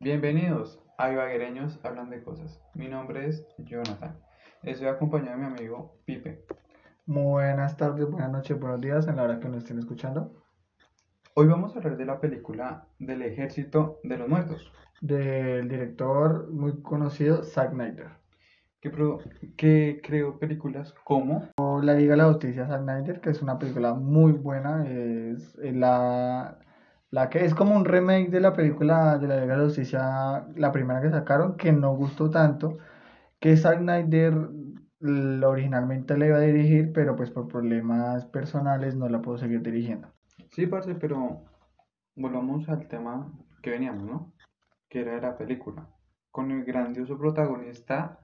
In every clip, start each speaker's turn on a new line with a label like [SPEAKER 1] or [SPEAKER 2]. [SPEAKER 1] Bienvenidos a Ibaguereños Hablan de Cosas. Mi nombre es Jonathan. Estoy acompañado de mi amigo Pipe.
[SPEAKER 2] Buenas tardes, buenas noches, buenos días, en la hora que nos estén escuchando,
[SPEAKER 1] Hoy vamos a hablar de la película del Ejército de los Muertos,
[SPEAKER 2] del director muy conocido Zack Snyder.
[SPEAKER 1] que, pro- que creó películas como
[SPEAKER 2] O La Liga de la Justicia Zack Snyder, que es una película muy buena, es eh, la, la que es como un remake de la película de la Liga de la Justicia, la primera que sacaron, que no gustó tanto, que Zack Snyder l- originalmente la iba a dirigir, pero pues por problemas personales no la pudo seguir dirigiendo.
[SPEAKER 1] Sí, parce, pero volvamos al tema que veníamos, ¿no? Que era de la película. Con el grandioso protagonista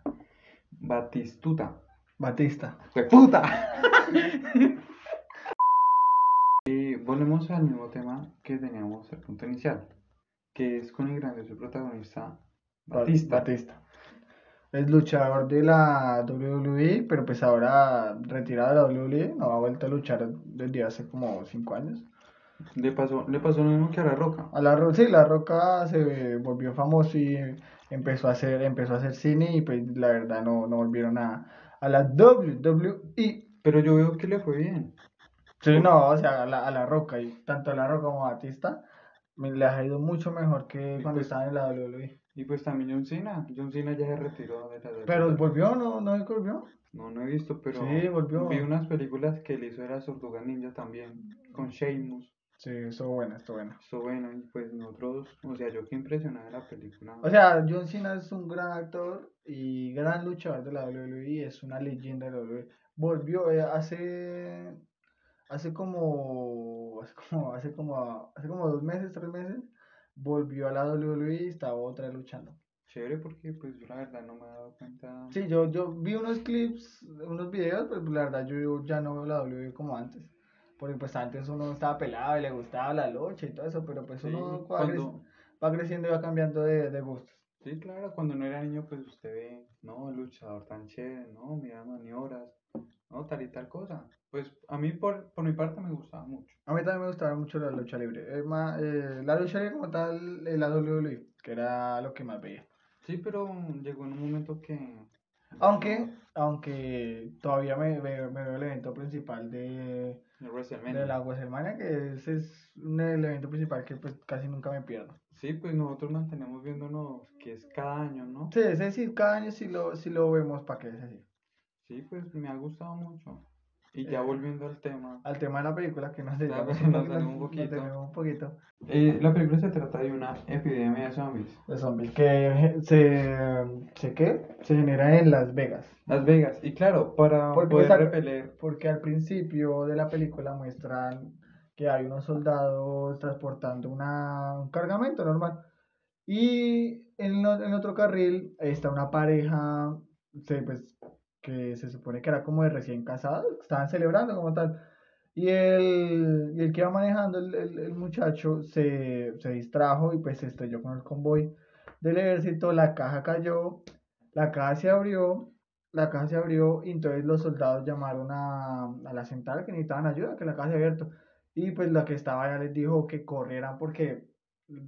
[SPEAKER 1] Batistuta.
[SPEAKER 2] Batista.
[SPEAKER 1] ¡Puta! y volvemos al mismo tema que teníamos el punto inicial, que es con el grandioso protagonista Batista.
[SPEAKER 2] Batista. Es luchador de la WWE, pero pues ahora retirado de la WWE, no ha vuelto a luchar desde hace como 5 años.
[SPEAKER 1] Le pasó, le pasó lo mismo que a La Roca.
[SPEAKER 2] A la, Ro- sí, La Roca se volvió famoso y empezó a hacer, empezó a hacer cine y pues la verdad no, no volvieron a, a la WWE.
[SPEAKER 1] Pero yo veo que le fue bien.
[SPEAKER 2] Sí, no, o sea, a la, a la Roca, y tanto a la Roca como a Batista me- les ha ido mucho mejor que
[SPEAKER 1] Y
[SPEAKER 2] cuando
[SPEAKER 1] pues-
[SPEAKER 2] estaban en la E. WWE.
[SPEAKER 1] Y pues también John Cena. John Cena ya se retiró de la WWE.
[SPEAKER 2] Pero volvió, no, no volvió.
[SPEAKER 1] No, no he visto, pero
[SPEAKER 2] Sí, volvió.
[SPEAKER 1] vi unas películas que él hizo de las Tortugas Ninja también, con Sheamus,
[SPEAKER 2] Sí, estuvo buena, estuvo buena.
[SPEAKER 1] eso bueno, y pues nosotros, o sea, yo quedé impresionada de la película.
[SPEAKER 2] O sea, John Cena es un gran actor y gran luchador de la WWE, es una leyenda de la WWE. Volvió eh, hace hace como hace como hace como hace como dos meses, tres meses, volvió a la WWE y estaba otra vez luchando.
[SPEAKER 1] Chévere porque pues yo la verdad no me he dado cuenta.
[SPEAKER 2] Sí, yo yo vi unos clips, unos videos, pero pues la verdad yo ya no veo la WWE como antes. Porque pues antes uno estaba pelado y le gustaba la lucha y todo eso, pero pues
[SPEAKER 1] Sí,
[SPEAKER 2] uno va, cre-
[SPEAKER 1] cuando,
[SPEAKER 2] va creciendo y va cambiando de, de gustos.
[SPEAKER 1] sí, claro, cuando no era niño pues usted ve, no, el luchador tan chévere, no, mira maniobras, no, tal y tal cosa. Pues a mí por, por mi parte me gustaba mucho.
[SPEAKER 2] A mí también me gustaba mucho la lucha libre. Es más, eh, la lucha libre como tal, eh, la WWE, que era lo que más veía.
[SPEAKER 1] Sí, pero llegó en un momento que...
[SPEAKER 2] Aunque, aunque todavía me, me- me veo el evento principal de,
[SPEAKER 1] El WrestleMania.
[SPEAKER 2] de la WrestleMania, que ese es un, el evento principal que pues casi nunca me pierdo.
[SPEAKER 1] Sí, pues nosotros mantenemos viéndonos que es cada año, ¿no?
[SPEAKER 2] Sí, es decir, cada año si lo, si lo vemos para que es así.
[SPEAKER 1] Sí, pues me ha gustado mucho. Y ya
[SPEAKER 2] Eh.
[SPEAKER 1] volviendo al tema.
[SPEAKER 2] Al tema de la película que nos
[SPEAKER 1] Claro, nos
[SPEAKER 2] desviamos poquito,
[SPEAKER 1] salimos un
[SPEAKER 2] nos
[SPEAKER 1] poquito.
[SPEAKER 2] desviamos un poquito.
[SPEAKER 1] Eh, la película se trata de una epidemia de zombies.
[SPEAKER 2] Los zombies que eh, se, se, ¿qué? se genera en Las Vegas.
[SPEAKER 1] Las Vegas. Y claro, para
[SPEAKER 2] Porque
[SPEAKER 1] poder
[SPEAKER 2] esa-
[SPEAKER 1] repeler.
[SPEAKER 2] Porque al principio de la película muestran que hay unos soldados transportando una, un cargamento normal. Y en, lo- en otro carril está una pareja se- pues, que se supone que era como de recién casados, estaban celebrando como tal. Y el, y el que iba manejando, el, el- el muchacho, se, se distrajo y pues se estrelló con el convoy del ejército. La caja cayó, la caja se abrió la caja se abrió y entonces los soldados llamaron a, a la central que necesitaban ayuda, que la caja se había abierto. Y pues la que estaba allá les dijo que corrieran porque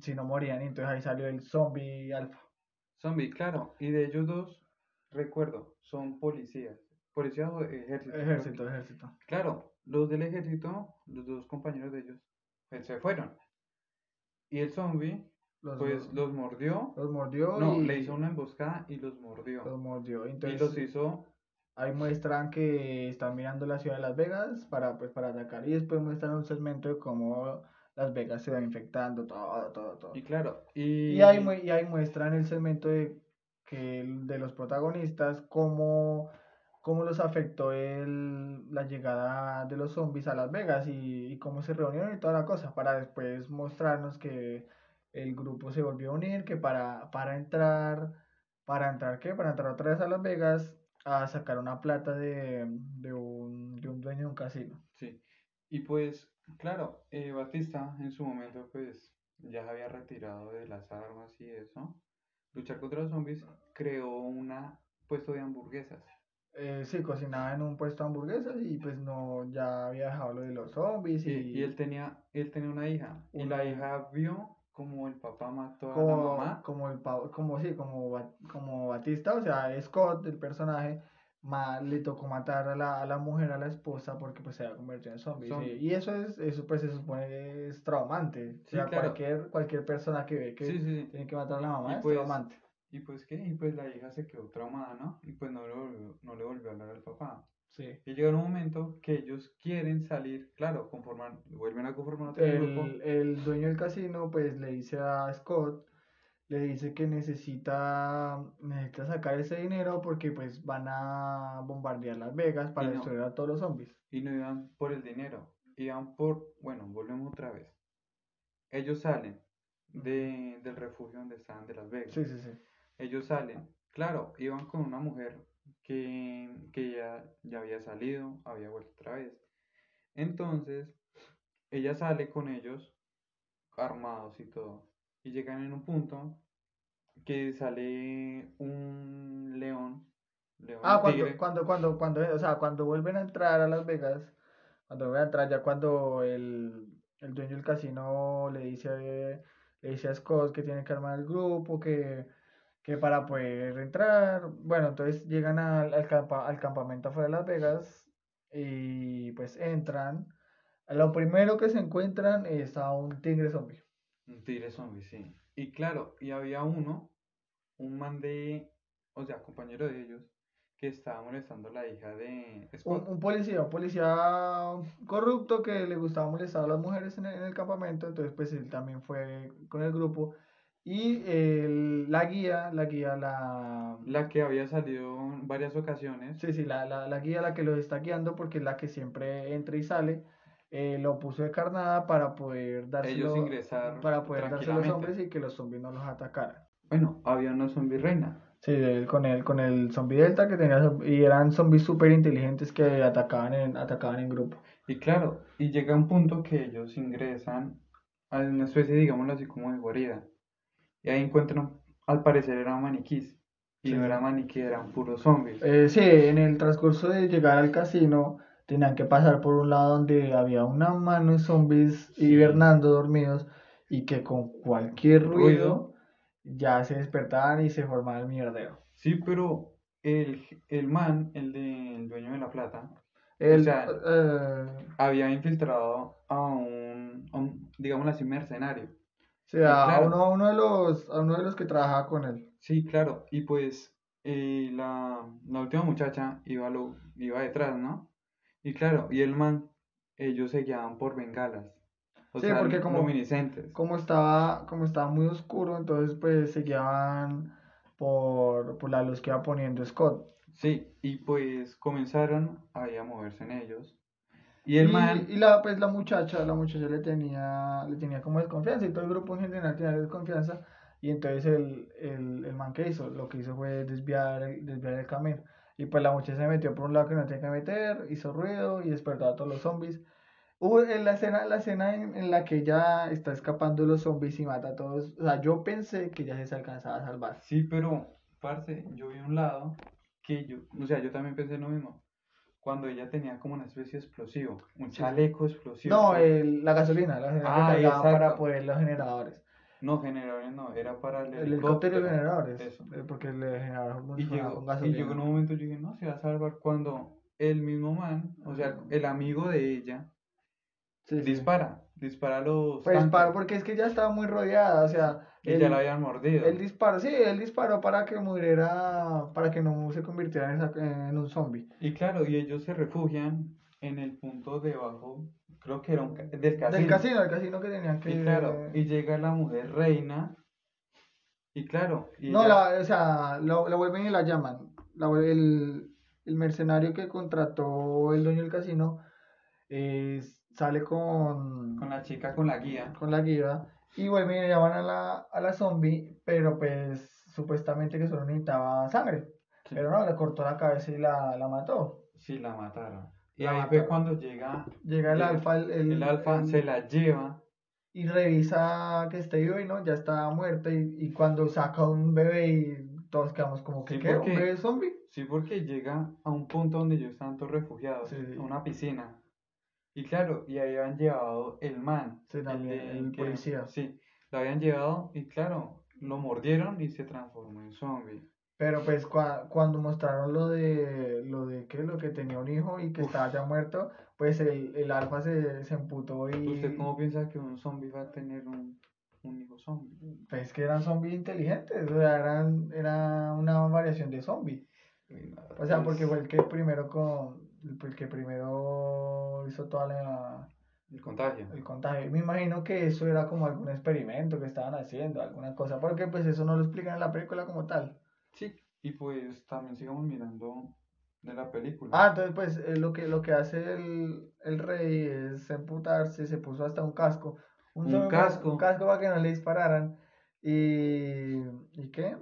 [SPEAKER 2] si no morían, y entonces ahí salió el zombie alfa.
[SPEAKER 1] Zombie, claro. Y de ellos dos, recuerdo, son policías. Policías o ejército.
[SPEAKER 2] Ejército, ejército.
[SPEAKER 1] Claro, los del ejército, los dos compañeros de ellos, pues, se fueron. Y el zombie,
[SPEAKER 2] Los,
[SPEAKER 1] pues los mordió.
[SPEAKER 2] los mordió
[SPEAKER 1] No,
[SPEAKER 2] y
[SPEAKER 1] le hizo una emboscada y los mordió.
[SPEAKER 2] los mordió.
[SPEAKER 1] y
[SPEAKER 2] Entonces
[SPEAKER 1] los hizo.
[SPEAKER 2] ahí muestran que están mirando la ciudad de Las Vegas para, pues, para atacar y después muestran un segmento de cómo Las Vegas se va infectando, todo, todo, todo.
[SPEAKER 1] Y claro, y.
[SPEAKER 2] Y ahí, mu- y ahí muestran el segmento de, que, el- de los protagonistas, cómo, cómo los afectó el, la llegada de los zombies a Las Vegas y, y cómo se reunieron y toda la cosa, para después mostrarnos que el grupo se volvió a unir, que para, para entrar, ¿para entrar qué? Para entrar otra vez a Las Vegas a sacar una plata de, de, un, de un dueño de un casino.
[SPEAKER 1] Sí. Y pues, claro, eh, Batista en su momento pues ya se había retirado de las armas y eso. Luchar contra los zombies creó una puesto de hamburguesas.
[SPEAKER 2] Eh, sí, cocinaba en un puesto de hamburguesas y pues no, ya había dejado lo de los zombies
[SPEAKER 1] Y, y él tenía él tenía una hija y la
[SPEAKER 2] Una-
[SPEAKER 1] hija vio como el papá mató a la
[SPEAKER 2] como,
[SPEAKER 1] mamá.
[SPEAKER 2] como el pa- como sí, como, Ba- como Batista, o sea, Scott, el personaje, ma- le tocó matar a la, a la mujer, a la esposa, porque pues se había convertido en zombie. sí.
[SPEAKER 1] Zombie.
[SPEAKER 2] Y eso es, eso pues se supone es traumante. o
[SPEAKER 1] Sí,
[SPEAKER 2] sea,
[SPEAKER 1] claro.
[SPEAKER 2] cualquier, cualquier persona que ve que
[SPEAKER 1] Sí, sí, sí.
[SPEAKER 2] tiene que matar a la
[SPEAKER 1] Y
[SPEAKER 2] mamá es
[SPEAKER 1] pues-
[SPEAKER 2] traumante.
[SPEAKER 1] Y pues qué, y pues la hija se quedó traumada, ¿no? Y pues no le volvió, no le volvió a hablar al papá.
[SPEAKER 2] Sí.
[SPEAKER 1] Y llega un momento que ellos quieren salir, claro, conforman, vuelven a conformar otro grupo.
[SPEAKER 2] El, el dueño del casino pues le dice a Scott, le dice que necesita, necesita sacar ese dinero porque pues van a bombardear Las Vegas para
[SPEAKER 1] no.
[SPEAKER 2] destruir a todos los zombies.
[SPEAKER 1] y no iban por el dinero, iban por, bueno, volvemos otra vez. Ellos salen de, del refugio donde estaban de Las Vegas.
[SPEAKER 2] Sí, sí, sí.
[SPEAKER 1] Ellos salen, claro, iban con una mujer que, que ya, ya había salido, había vuelto otra vez. Entonces, ella sale con ellos, armados y todo, y llegan en un punto que sale un león. león
[SPEAKER 2] Ah, cuando,
[SPEAKER 1] tigre.
[SPEAKER 2] cuando, cuando, cuando, o sea, cuando vuelven a entrar a Las Vegas, cuando vuelven a entrar, ya cuando el, el dueño del casino le dice, le dice a Scott que tiene que armar el grupo, que, que para poder entrar, bueno, entonces llegan al, al, campa- al campamento afuera de Las Vegas y pues entran. Lo primero que se encuentran es a un tigre zombie.
[SPEAKER 1] Un tigre zombie, sí. Y claro, y había uno, un man de, o sea, compañero de ellos, que estaba molestando a la hija de
[SPEAKER 2] Un,
[SPEAKER 1] Scott.
[SPEAKER 2] un policía, un policía corrupto que le gustaba molestar a las mujeres en el, en el campamento, entonces pues él también fue con el grupo. Y el- la guía, la guía, la...
[SPEAKER 1] La que había salido en varias ocasiones.
[SPEAKER 2] Sí, sí, la, la, la guía, la que los está guiando, porque es la que siempre entra y sale, eh, lo puso de carnada para poder dárselo,
[SPEAKER 1] Ellos ingresaron
[SPEAKER 2] para poder darse a los
[SPEAKER 1] tranquilamente.
[SPEAKER 2] hombres y que los zombies no los atacaran.
[SPEAKER 1] Bueno, había una zombie reina.
[SPEAKER 2] Sí, él con el, con el zombie delta que tenía, zom- y eran zombies súper inteligentes que atacaban en, atacaban en grupo.
[SPEAKER 1] Y claro, y llega un punto que ellos ingresan a una especie, digámoslo así, como de guarida. Y ahí encuentran, al parecer eran maniquís. Y
[SPEAKER 2] Sí,
[SPEAKER 1] no
[SPEAKER 2] sí.
[SPEAKER 1] eran maniquíes, eran puros zombies.
[SPEAKER 2] Eh, sí, en el transcurso de llegar al casino tenían que pasar por un lado donde había una mano de zombies
[SPEAKER 1] Sí.
[SPEAKER 2] hibernando dormidos y que con cualquier ruido,
[SPEAKER 1] Ruido.
[SPEAKER 2] ya se despertaban y se formaba el mierdero.
[SPEAKER 1] Sí, pero el, el man, el del dueño de la plata,
[SPEAKER 2] El,
[SPEAKER 1] sea-
[SPEAKER 2] eh,
[SPEAKER 1] había infiltrado a un, a un, digámoslo así, mercenario.
[SPEAKER 2] sí, a
[SPEAKER 1] eh, claro.
[SPEAKER 2] uno, a uno de los, a uno de los que trabajaba con él.
[SPEAKER 1] Sí, claro. Y pues eh, la, la última muchacha iba, lo, iba detrás, ¿no? Y claro, y el man, ellos se guiaban por bengalas. O
[SPEAKER 2] Sí,
[SPEAKER 1] sea,
[SPEAKER 2] porque como-
[SPEAKER 1] luminiscentes.
[SPEAKER 2] Como estaba, como estaba muy oscuro, entonces pues se guiaban por, por la luz que iba poniendo Scott.
[SPEAKER 1] Sí, y pues comenzaron ahí a moverse en ellos. Y el man,
[SPEAKER 2] y la, pues la muchacha, la muchacha le tenía, le tenía como desconfianza y todo el grupo en general tenía desconfianza. Y entonces el, el, el man que hizo, lo que hizo fue desviar, el- desviar el camino. Y pues la muchacha se metió por un lado que no tenía que meter, hizo ruido y despertó a todos los zombies. Hubo en la escena, la escena en, en la que ella está escapando de los zombies y mata a todos. O sea, yo pensé que ya se alcanzaba a salvar.
[SPEAKER 1] Sí, pero, parce, yo vi un lado que yo, o sea, yo también pensé lo mismo. Cuando ella tenía como una especie de explosivo, un
[SPEAKER 2] Sí.
[SPEAKER 1] chaleco explosivo.
[SPEAKER 2] No, eh, el- la gasolina, la gasolina
[SPEAKER 1] Ah,
[SPEAKER 2] que cargaban para
[SPEAKER 1] exacto.
[SPEAKER 2] poder los generadores.
[SPEAKER 1] No, generadores no, era para el
[SPEAKER 2] El helicóptero y los generadores.
[SPEAKER 1] Eso.
[SPEAKER 2] eh, Porque el generador
[SPEAKER 1] Y
[SPEAKER 2] funcionaba
[SPEAKER 1] llegó,
[SPEAKER 2] con
[SPEAKER 1] y
[SPEAKER 2] gasolina.
[SPEAKER 1] llegó en un momento, yo dije, no, se va a salvar cuando el mismo man, o sea, el amigo de ella,
[SPEAKER 2] Sí, sí.
[SPEAKER 1] dispara, dispara a los
[SPEAKER 2] Pues
[SPEAKER 1] tanques,
[SPEAKER 2] disparó porque es que ya estaba muy rodeada, o sea,
[SPEAKER 1] y
[SPEAKER 2] él,
[SPEAKER 1] ya la habían mordido.
[SPEAKER 2] él disparó, sí, él disparó para que muriera, para que no se convirtiera en, esa- en un zombie.
[SPEAKER 1] Y claro, y ellos se refugian en el punto debajo, creo que era un, ca- del casino.
[SPEAKER 2] Del casino, del casino que tenían que...
[SPEAKER 1] Y
[SPEAKER 2] Eh.
[SPEAKER 1] claro, y llega la mujer reina. Y claro, y
[SPEAKER 2] no,
[SPEAKER 1] ella-
[SPEAKER 2] la, o sea, lo, lo vuelven y la llaman. La vuel- el, el mercenario que contrató el dueño del casino eh, sale con...
[SPEAKER 1] con la chica con la guía.
[SPEAKER 2] con la guía y vuelven y le llaman a la, a la zombie, pero pues supuestamente que solo necesitaba sangre.
[SPEAKER 1] Sí.
[SPEAKER 2] Pero no, le cortó la cabeza y la, la mató.
[SPEAKER 1] Sí, la mataron. Y
[SPEAKER 2] La
[SPEAKER 1] ahí
[SPEAKER 2] mataron.
[SPEAKER 1] fue cuando llega
[SPEAKER 2] Llega el
[SPEAKER 1] Llega
[SPEAKER 2] alfa, el,
[SPEAKER 1] el alfa,
[SPEAKER 2] el-
[SPEAKER 1] se la lleva.
[SPEAKER 2] y revisa que esté vivo y no, ya está muerta. Y, y cuando saca un bebé y todos quedamos como que
[SPEAKER 1] Sí,
[SPEAKER 2] ¿qué? ¿Un
[SPEAKER 1] porque-
[SPEAKER 2] bebé zombie?
[SPEAKER 1] Sí, porque llega a un punto donde ellos están todos refugiados,
[SPEAKER 2] Sí.
[SPEAKER 1] a una piscina. Y claro, y ahí han llevado el man.
[SPEAKER 2] Sí,
[SPEAKER 1] el
[SPEAKER 2] también,
[SPEAKER 1] de-
[SPEAKER 2] el
[SPEAKER 1] que-
[SPEAKER 2] policía.
[SPEAKER 1] Sí, Lo habían llevado y claro, lo mordieron y se transformó en zombie.
[SPEAKER 2] Pero pues cua- cuando mostraron lo de lo de que lo que tenía un hijo y que
[SPEAKER 1] Uf.
[SPEAKER 2] estaba ya muerto, pues el, el alfa se, se emputó y
[SPEAKER 1] ¿Usted cómo piensa que un zombie va a tener un, un hijo zombie?
[SPEAKER 2] pues que eran zombies inteligentes, o sea, eran era una variación de zombie. O sea, porque fue el que primero con el que primero hizo toda la
[SPEAKER 1] El contagio.
[SPEAKER 2] el contagio. Me imagino que eso era como algún experimento que estaban haciendo, alguna cosa, porque pues eso no lo explican en la película como tal.
[SPEAKER 1] Sí, y pues también sigamos mirando de la película.
[SPEAKER 2] Ah, entonces pues eh, lo que lo que hace el, el rey es emputarse, se puso hasta un casco,
[SPEAKER 1] Un
[SPEAKER 2] solo-
[SPEAKER 1] casco.
[SPEAKER 2] un casco para que no le dispararan y y qué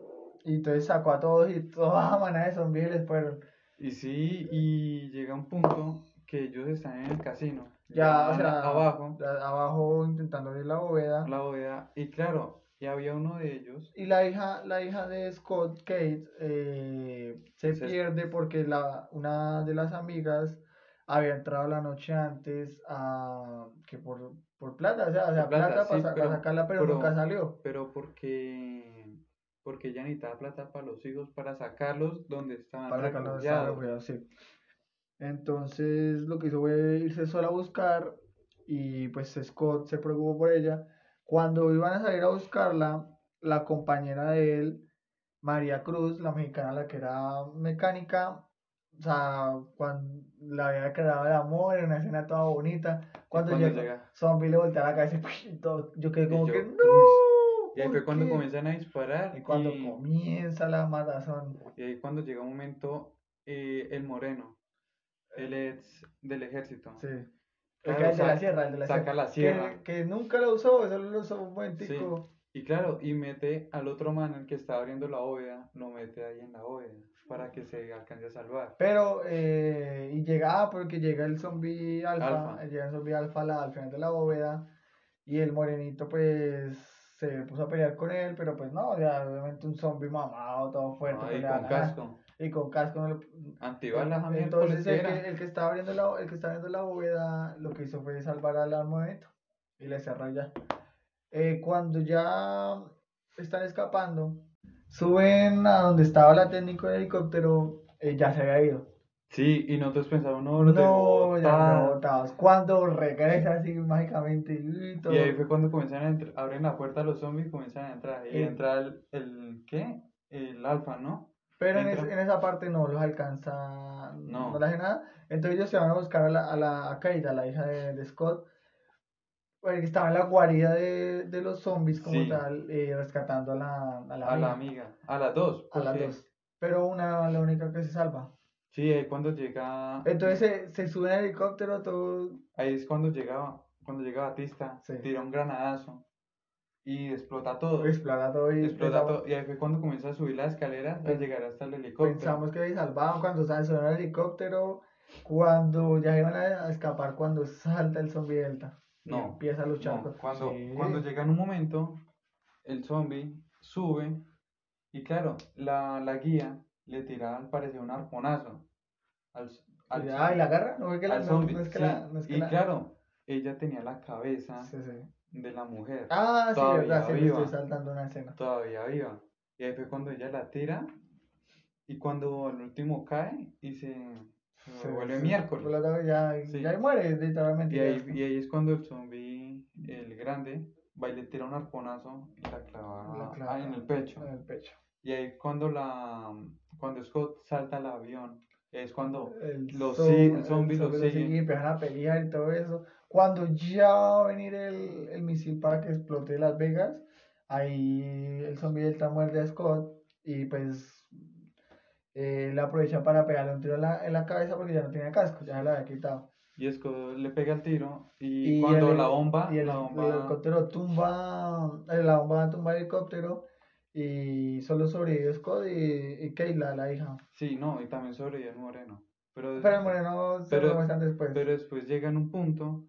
[SPEAKER 2] y entonces sacó a todos y toda manada de zombies les fueron.
[SPEAKER 1] Y sí, y llega un punto que ellos están en el casino.
[SPEAKER 2] Ya, o
[SPEAKER 1] van
[SPEAKER 2] sea,
[SPEAKER 1] abajo,
[SPEAKER 2] ya abajo intentando abrir la bóveda.
[SPEAKER 1] la bóveda, y claro, y había uno de ellos.
[SPEAKER 2] Y la hija, la hija de Scott, Kate, eh, se
[SPEAKER 1] Se-
[SPEAKER 2] pierde porque la, una de las amigas había entrado la noche antes a, que por, por plata, o sea, o sea,
[SPEAKER 1] plata,
[SPEAKER 2] plata, para,
[SPEAKER 1] sí,
[SPEAKER 2] sa-
[SPEAKER 1] pero-
[SPEAKER 2] para sacarla, pero,
[SPEAKER 1] pero-
[SPEAKER 2] nunca salió.
[SPEAKER 1] Pero porque porque ella necesitaba plata para los hijos, para sacarlos donde estaban
[SPEAKER 2] Para sacarla de esa
[SPEAKER 1] refugiados.
[SPEAKER 2] refugiada, sí. Entonces lo que hizo fue irse sola a buscar y pues Scott se preocupó por ella. Cuando iban a salir a buscarla, la compañera de él, María Cruz, la mexicana, la que era mecánica, o sea, cuando la había declarado el amor en una escena toda bonita, cuando,
[SPEAKER 1] cuando
[SPEAKER 2] llega,
[SPEAKER 1] llega.
[SPEAKER 2] Zombie le voltea la cabeza y todo, yo quedé
[SPEAKER 1] Y
[SPEAKER 2] como
[SPEAKER 1] yo,
[SPEAKER 2] que
[SPEAKER 1] uy.
[SPEAKER 2] no.
[SPEAKER 1] Y ahí
[SPEAKER 2] ¿por
[SPEAKER 1] fue cuando
[SPEAKER 2] qué?".
[SPEAKER 1] comienzan a disparar.
[SPEAKER 2] Y cuando
[SPEAKER 1] y-
[SPEAKER 2] comienza la matazón.
[SPEAKER 1] Y ahí cuando llega un momento, eh, el moreno, el ex del ejército,
[SPEAKER 2] Sí. El
[SPEAKER 1] Claro,
[SPEAKER 2] que es de la
[SPEAKER 1] saca-
[SPEAKER 2] sierra, el de la
[SPEAKER 1] saca la
[SPEAKER 2] sierra.
[SPEAKER 1] sierra.
[SPEAKER 2] Que, que nunca lo usó, solo lo usó un momentico.
[SPEAKER 1] Y claro, y mete al otro man, el que está abriendo la bóveda, lo mete ahí en la bóveda para que se alcance a salvar.
[SPEAKER 2] Pero, eh, y llega, ah, porque llega el zombie alfa, eh,
[SPEAKER 1] Alfa.
[SPEAKER 2] llega el zombie alfa la- al final de la bóveda, y el morenito, pues, se puso a pelear con él, pero pues no, o sea, obviamente un zombie mamado, todo fuerte,
[SPEAKER 1] Ahí
[SPEAKER 2] pues, le
[SPEAKER 1] con
[SPEAKER 2] da ganas.
[SPEAKER 1] casco,
[SPEAKER 2] y con casco no le-
[SPEAKER 1] antibalas a mí
[SPEAKER 2] Entonces el que, el que estaba abriendo la, el que estaba abriendo la bóveda lo que hizo fue salvar al armamento y le cerró ya. Eh, cuando ya están escapando, suben a donde estaba la técnico del helicóptero, eh, ya se había ido.
[SPEAKER 1] Sí, y nosotros pensamos, no, lo
[SPEAKER 2] No,
[SPEAKER 1] tengo
[SPEAKER 2] ya
[SPEAKER 1] botado".
[SPEAKER 2] botados. Cuando regresa así mágicamente y todo.
[SPEAKER 1] Y ahí fue cuando comienzan a entrar, abren la puerta a los zombies y comienzan a entrar. Y
[SPEAKER 2] Eh.
[SPEAKER 1] entra el, el, ¿qué? El alfa, ¿no?
[SPEAKER 2] Pero en,
[SPEAKER 1] Entra-
[SPEAKER 2] es- en esa parte no los alcanza, no,
[SPEAKER 1] No.
[SPEAKER 2] les hace nada. Entonces ellos se van a buscar a la, a la a Kate, a la hija de, de Scott, eh, que estaba en la guarida de, de los zombies como
[SPEAKER 1] Sí.
[SPEAKER 2] tal, eh, rescatando a la, a la
[SPEAKER 1] a la
[SPEAKER 2] amiga,
[SPEAKER 1] amiga, a las dos.
[SPEAKER 2] a las
[SPEAKER 1] porque-
[SPEAKER 2] dos. Pero una la única que se salva.
[SPEAKER 1] Sí, ahí cuando llega...
[SPEAKER 2] Entonces se, se suben al helicóptero, todo
[SPEAKER 1] Ahí es cuando llegaba, cuando llega Batista,
[SPEAKER 2] Sí.
[SPEAKER 1] tira un granadazo y explota todo.
[SPEAKER 2] explota todo y
[SPEAKER 1] Explota
[SPEAKER 2] pensamos,
[SPEAKER 1] todo. Y ahí fue cuando comienza a subir la escalera
[SPEAKER 2] Pe-
[SPEAKER 1] para llegar hasta el helicóptero.
[SPEAKER 2] Pues, pensamos que se salvaban cuando sal- suben al helicóptero, cuando ya iban a, a escapar, cuando salta el zombie delta. y
[SPEAKER 1] No,
[SPEAKER 2] empieza a
[SPEAKER 1] No,
[SPEAKER 2] luchar. con-
[SPEAKER 1] cuando,
[SPEAKER 2] Sí.
[SPEAKER 1] cuando llega en un momento, el zombie sube y claro, la, la guía le tira al parecer un arponazo al, al,
[SPEAKER 2] Ah, ¿y la agarra? No es que la,
[SPEAKER 1] al
[SPEAKER 2] no-
[SPEAKER 1] zombie.
[SPEAKER 2] no es que
[SPEAKER 1] sí.
[SPEAKER 2] la, no es
[SPEAKER 1] y
[SPEAKER 2] que la-
[SPEAKER 1] claro, ella tenía la cabeza
[SPEAKER 2] Sí, sí.
[SPEAKER 1] de la mujer
[SPEAKER 2] Ah, sí,
[SPEAKER 1] Todavía
[SPEAKER 2] verdad, sí, me estoy
[SPEAKER 1] viva.
[SPEAKER 2] saltando una escena.
[SPEAKER 1] todavía viva. Y ahí fue cuando ella la tira y cuando el último cae y se, se
[SPEAKER 2] Sí,
[SPEAKER 1] vuelve
[SPEAKER 2] sí.
[SPEAKER 1] miércoles.
[SPEAKER 2] Por lo tanto, ya,
[SPEAKER 1] Sí.
[SPEAKER 2] ya ahí muere, literalmente.
[SPEAKER 1] Y
[SPEAKER 2] ya
[SPEAKER 1] ahí,
[SPEAKER 2] está.
[SPEAKER 1] y ahí es cuando el zombi, el grande, va y le tira un arponazo y la clava,
[SPEAKER 2] La clava.
[SPEAKER 1] ah, en el pecho.
[SPEAKER 2] Ah, En el pecho.
[SPEAKER 1] Y ahí cuando la cuando Scott salta al avión, es cuando
[SPEAKER 2] El,
[SPEAKER 1] Lo
[SPEAKER 2] zo-
[SPEAKER 1] sigue- el zombie lo sigue.
[SPEAKER 2] y empiezan a pelear y todo eso. Cuando ya va a venir el, el misil para que explote Las Vegas, ahí el zombie delta muerde a Scott y pues eh, la aprovecha para pegarle un tiro en la, en la cabeza porque ya no tenía casco, ya se lo había quitado.
[SPEAKER 1] y Scott le pega el tiro y,
[SPEAKER 2] Y
[SPEAKER 1] cuando
[SPEAKER 2] el-
[SPEAKER 1] la bomba,
[SPEAKER 2] y el,
[SPEAKER 1] la
[SPEAKER 2] el
[SPEAKER 1] bomba
[SPEAKER 2] helicóptero tumba, eh, la bomba tumba el helicóptero y solo sobrevivió Scott y, y Kayla, la hija.
[SPEAKER 1] sí, no, y también sobrevive el moreno. Pero,
[SPEAKER 2] Pero el moreno se lo
[SPEAKER 1] Pero-
[SPEAKER 2] muestran después.
[SPEAKER 1] pero después llega en un punto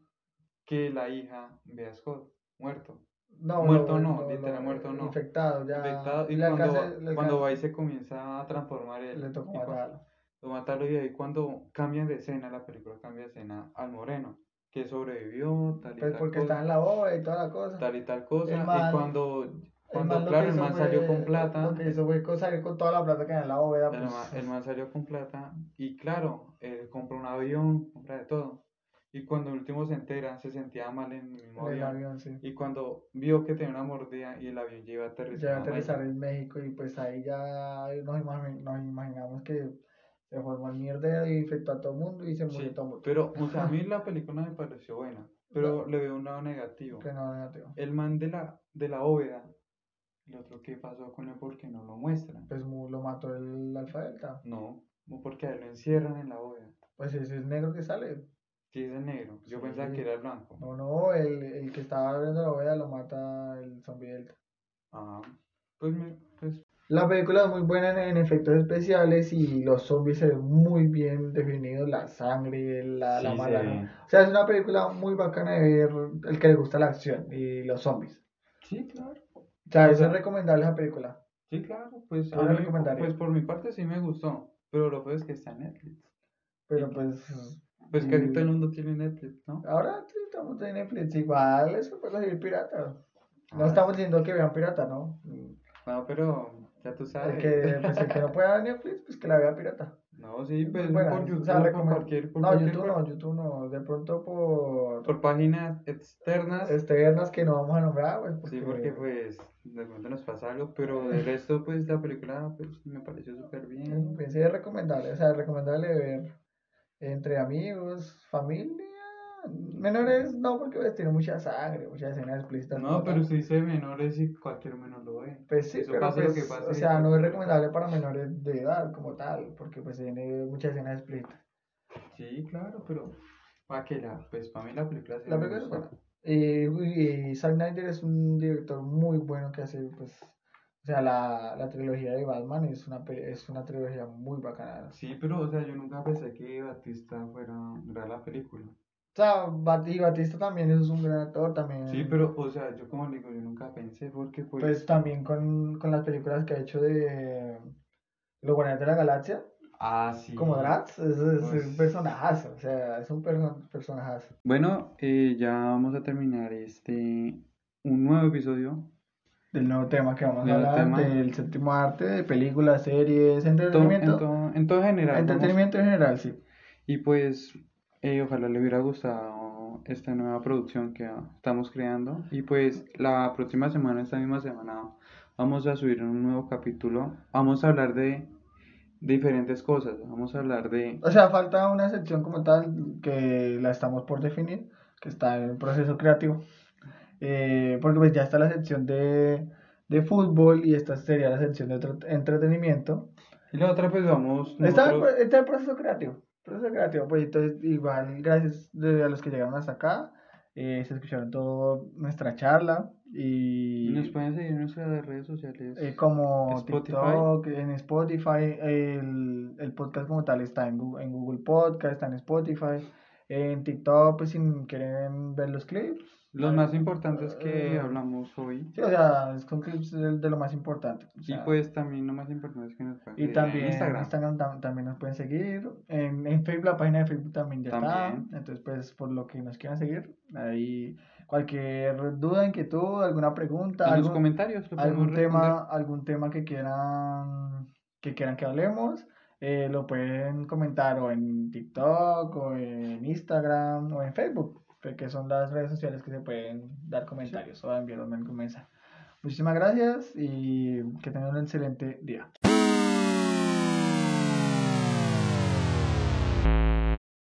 [SPEAKER 1] que la hija ve a Scott muerto.
[SPEAKER 2] no,
[SPEAKER 1] muerto no, literal, muerto no.
[SPEAKER 2] Infectado, ya.
[SPEAKER 1] Infectado, y
[SPEAKER 2] le
[SPEAKER 1] cuando,
[SPEAKER 2] alcanza-
[SPEAKER 1] va-
[SPEAKER 2] le alcanza-
[SPEAKER 1] cuando va y se comienza a transformar él.
[SPEAKER 2] le
[SPEAKER 1] y
[SPEAKER 2] tocó
[SPEAKER 1] cuando-
[SPEAKER 2] matarlo.
[SPEAKER 1] lo mataron y ahí cuando cambian de escena, la película cambia de escena al moreno. que sobrevivió, tal y
[SPEAKER 2] Pues
[SPEAKER 1] tal
[SPEAKER 2] porque
[SPEAKER 1] cosa,
[SPEAKER 2] está en la bóveda y toda la cosa.
[SPEAKER 1] tal y tal cosa,
[SPEAKER 2] El
[SPEAKER 1] y
[SPEAKER 2] man-
[SPEAKER 1] cuando, cuando
[SPEAKER 2] lo que
[SPEAKER 1] claro, el
[SPEAKER 2] hizo
[SPEAKER 1] man
[SPEAKER 2] fue-
[SPEAKER 1] salió con plata,
[SPEAKER 2] Lo que hizo fue co- salir con toda la plata que había en la bóveda.
[SPEAKER 1] el
[SPEAKER 2] pues,
[SPEAKER 1] man, el man salió con plata, y claro, él compra un avión, compra de todo, y cuando el último se entera, se sentía mal en el mismo
[SPEAKER 2] en el
[SPEAKER 1] avión,
[SPEAKER 2] avión, sí.
[SPEAKER 1] y cuando vio que tenía una mordida y el avión ya iba a aterrizar,
[SPEAKER 2] Ya
[SPEAKER 1] en Miami,
[SPEAKER 2] aterrizar en México y pues ahí ya nos, imagi- nos imaginamos que se formó el mierdero y infectó a todo el mundo y se murió
[SPEAKER 1] Sí,
[SPEAKER 2] todo el mundo.
[SPEAKER 1] pero, o sea, a mí la película me pareció buena, pero le veo un lado negativo.
[SPEAKER 2] Que no, negativo.
[SPEAKER 1] El man de la, de la bóveda, el otro, ¿qué pasó con él? Porque no lo muestran.
[SPEAKER 2] Pues mu- lo mató el alfa delta.
[SPEAKER 1] No, porque a él lo encierran en la bóveda.
[SPEAKER 2] Pues ese es negro que sale.
[SPEAKER 1] Sí, es el negro. Yo
[SPEAKER 2] Sí.
[SPEAKER 1] pensaba que era el blanco.
[SPEAKER 2] No, no, el, el que estaba abriendo la bóveda lo mata el zombie delta.
[SPEAKER 1] Ajá. Pues, me, pues
[SPEAKER 2] La película es muy buena en, en efectos especiales y los zombies se ven muy bien definidos, la sangre, la, la
[SPEAKER 1] sí
[SPEAKER 2] mala.
[SPEAKER 1] se ve.
[SPEAKER 2] O sea, es una película muy bacana de ver el que le gusta la acción y los zombies.
[SPEAKER 1] Sí, claro.
[SPEAKER 2] O sea,
[SPEAKER 1] O
[SPEAKER 2] eso
[SPEAKER 1] sea-
[SPEAKER 2] es recomendable esa película.
[SPEAKER 1] Sí, claro. Pues,
[SPEAKER 2] Yo
[SPEAKER 1] a
[SPEAKER 2] la
[SPEAKER 1] mí,
[SPEAKER 2] recomendaría.
[SPEAKER 1] pues por mi parte sí me gustó. Pero lo peor es que está en Netflix.
[SPEAKER 2] Pero pues
[SPEAKER 1] Pues
[SPEAKER 2] Mm.
[SPEAKER 1] casi todo el mundo tiene Netflix, ¿no?
[SPEAKER 2] ahora sí estamos en Netflix, igual eso puede conseguir pirata. No
[SPEAKER 1] Ah,
[SPEAKER 2] estamos diciendo que vean pirata, ¿no?
[SPEAKER 1] No, pero ya tú sabes.
[SPEAKER 2] El que, pues, el que no pueda ver Netflix, pues que la vea pirata.
[SPEAKER 1] No, sí, pues
[SPEAKER 2] Bueno,
[SPEAKER 1] por YouTube,
[SPEAKER 2] o sea,
[SPEAKER 1] por
[SPEAKER 2] recomen-
[SPEAKER 1] cualquier, por
[SPEAKER 2] No,
[SPEAKER 1] cualquier
[SPEAKER 2] YouTube
[SPEAKER 1] par-
[SPEAKER 2] no, YouTube no. De pronto por
[SPEAKER 1] por páginas externas.
[SPEAKER 2] externas que no vamos a nombrar, pues.
[SPEAKER 1] Sí, porque pues de pronto nos pasa algo, pero de resto pues la película pues me pareció súper bien.
[SPEAKER 2] Pues sí, es recomendable, o sea, es recomendable ver entre amigos, familia, menores, no, porque pues, tiene mucha sangre, muchas escenas explícitas.
[SPEAKER 1] No,
[SPEAKER 2] como
[SPEAKER 1] pero
[SPEAKER 2] tal.
[SPEAKER 1] si dice menores y cualquier menor lo ve.
[SPEAKER 2] Pues sí,
[SPEAKER 1] Eso
[SPEAKER 2] pero
[SPEAKER 1] pase lo
[SPEAKER 2] pues,
[SPEAKER 1] que pase,
[SPEAKER 2] o sea, no
[SPEAKER 1] pues,
[SPEAKER 2] es recomendable para menores de edad como tal, porque pues tiene muchas escenas explícitas.
[SPEAKER 1] Sí, claro, pero para que la, pues para mí la película se
[SPEAKER 2] La
[SPEAKER 1] me
[SPEAKER 2] película es
[SPEAKER 1] gustó.
[SPEAKER 2] buena. Y, uy, y Zack Snyder es un director muy bueno que hace, pues, o sea, la, la trilogía de Batman es una, pe- es una trilogía muy bacana.
[SPEAKER 1] Sí, pero o sea, yo nunca pensé que Batista fuera a grabar la película.
[SPEAKER 2] O sea, Bat- y Batista también es un gran actor, también.
[SPEAKER 1] Sí, pero o sea, yo como le digo, yo nunca pensé porque pues,
[SPEAKER 2] Mm. Pues también con, con las películas que ha hecho de Los Guardianes de la Galaxia,
[SPEAKER 1] ah, sí.
[SPEAKER 2] como Drax, es, es
[SPEAKER 1] Pues-
[SPEAKER 2] un personajazo, o sea, es un perso- personajazo.
[SPEAKER 1] Bueno, eh, ya vamos a terminar este un nuevo episodio
[SPEAKER 2] Del nuevo tema que vamos a
[SPEAKER 1] Nuevo
[SPEAKER 2] hablar,
[SPEAKER 1] tema.
[SPEAKER 2] del séptimo arte, de películas, series,
[SPEAKER 1] To- en,
[SPEAKER 2] entretenimiento.
[SPEAKER 1] todo, en todo general. vamos-
[SPEAKER 2] entretenimiento en general, sí.
[SPEAKER 1] Y pues eh, ojalá le hubiera gustado esta nueva producción que ah, estamos creando. Y pues la próxima semana, esta misma semana, vamos a subir un nuevo capítulo. Vamos a hablar de diferentes cosas. Vamos a hablar de...
[SPEAKER 2] O sea, falta una sección como tal que la estamos por definir, que está en proceso creativo. Eh, porque pues ya está la sección de, de fútbol y esta sería la sección de entre- entretenimiento.
[SPEAKER 1] Y la otra pues vamos...
[SPEAKER 2] Está, el
[SPEAKER 1] nosotros-
[SPEAKER 2] pro- está el proceso creativo. Proceso creativo, pues entonces igual gracias de- a los que llegaron hasta acá. eh, se escucharon toda nuestra charla y
[SPEAKER 1] Nos pueden seguir en nuestras redes sociales.
[SPEAKER 2] eh, como
[SPEAKER 1] Spotify.
[SPEAKER 2] TikTok, en Spotify, el, el podcast como tal está en Google, en Google Podcast, está en Spotify, en TikTok, pues si quieren ver los clips,
[SPEAKER 1] Los más importantes que
[SPEAKER 2] Eh,
[SPEAKER 1] hablamos hoy.
[SPEAKER 2] sí, o sea, son clips de, de lo más importante. o
[SPEAKER 1] Y
[SPEAKER 2] sea,
[SPEAKER 1] pues también lo más importante es que nos pueden
[SPEAKER 2] y
[SPEAKER 1] seguir
[SPEAKER 2] también
[SPEAKER 1] en Instagram.
[SPEAKER 2] tam- también nos pueden seguir, en, en Facebook, la página de Facebook también ya
[SPEAKER 1] También.
[SPEAKER 2] está, entonces pues por lo que nos quieran seguir, ahí cualquier duda, inquietud, alguna pregunta,
[SPEAKER 1] En los
[SPEAKER 2] algo-
[SPEAKER 1] comentarios lo podemos
[SPEAKER 2] algún
[SPEAKER 1] responder.
[SPEAKER 2] tema algún tema que quieran que quieran que hablemos eh, lo pueden comentar o en TikTok o en Instagram o en Facebook que- que son las redes sociales que se pueden dar comentarios o enviar un un mensaje muchísimas gracias y que tengan un excelente día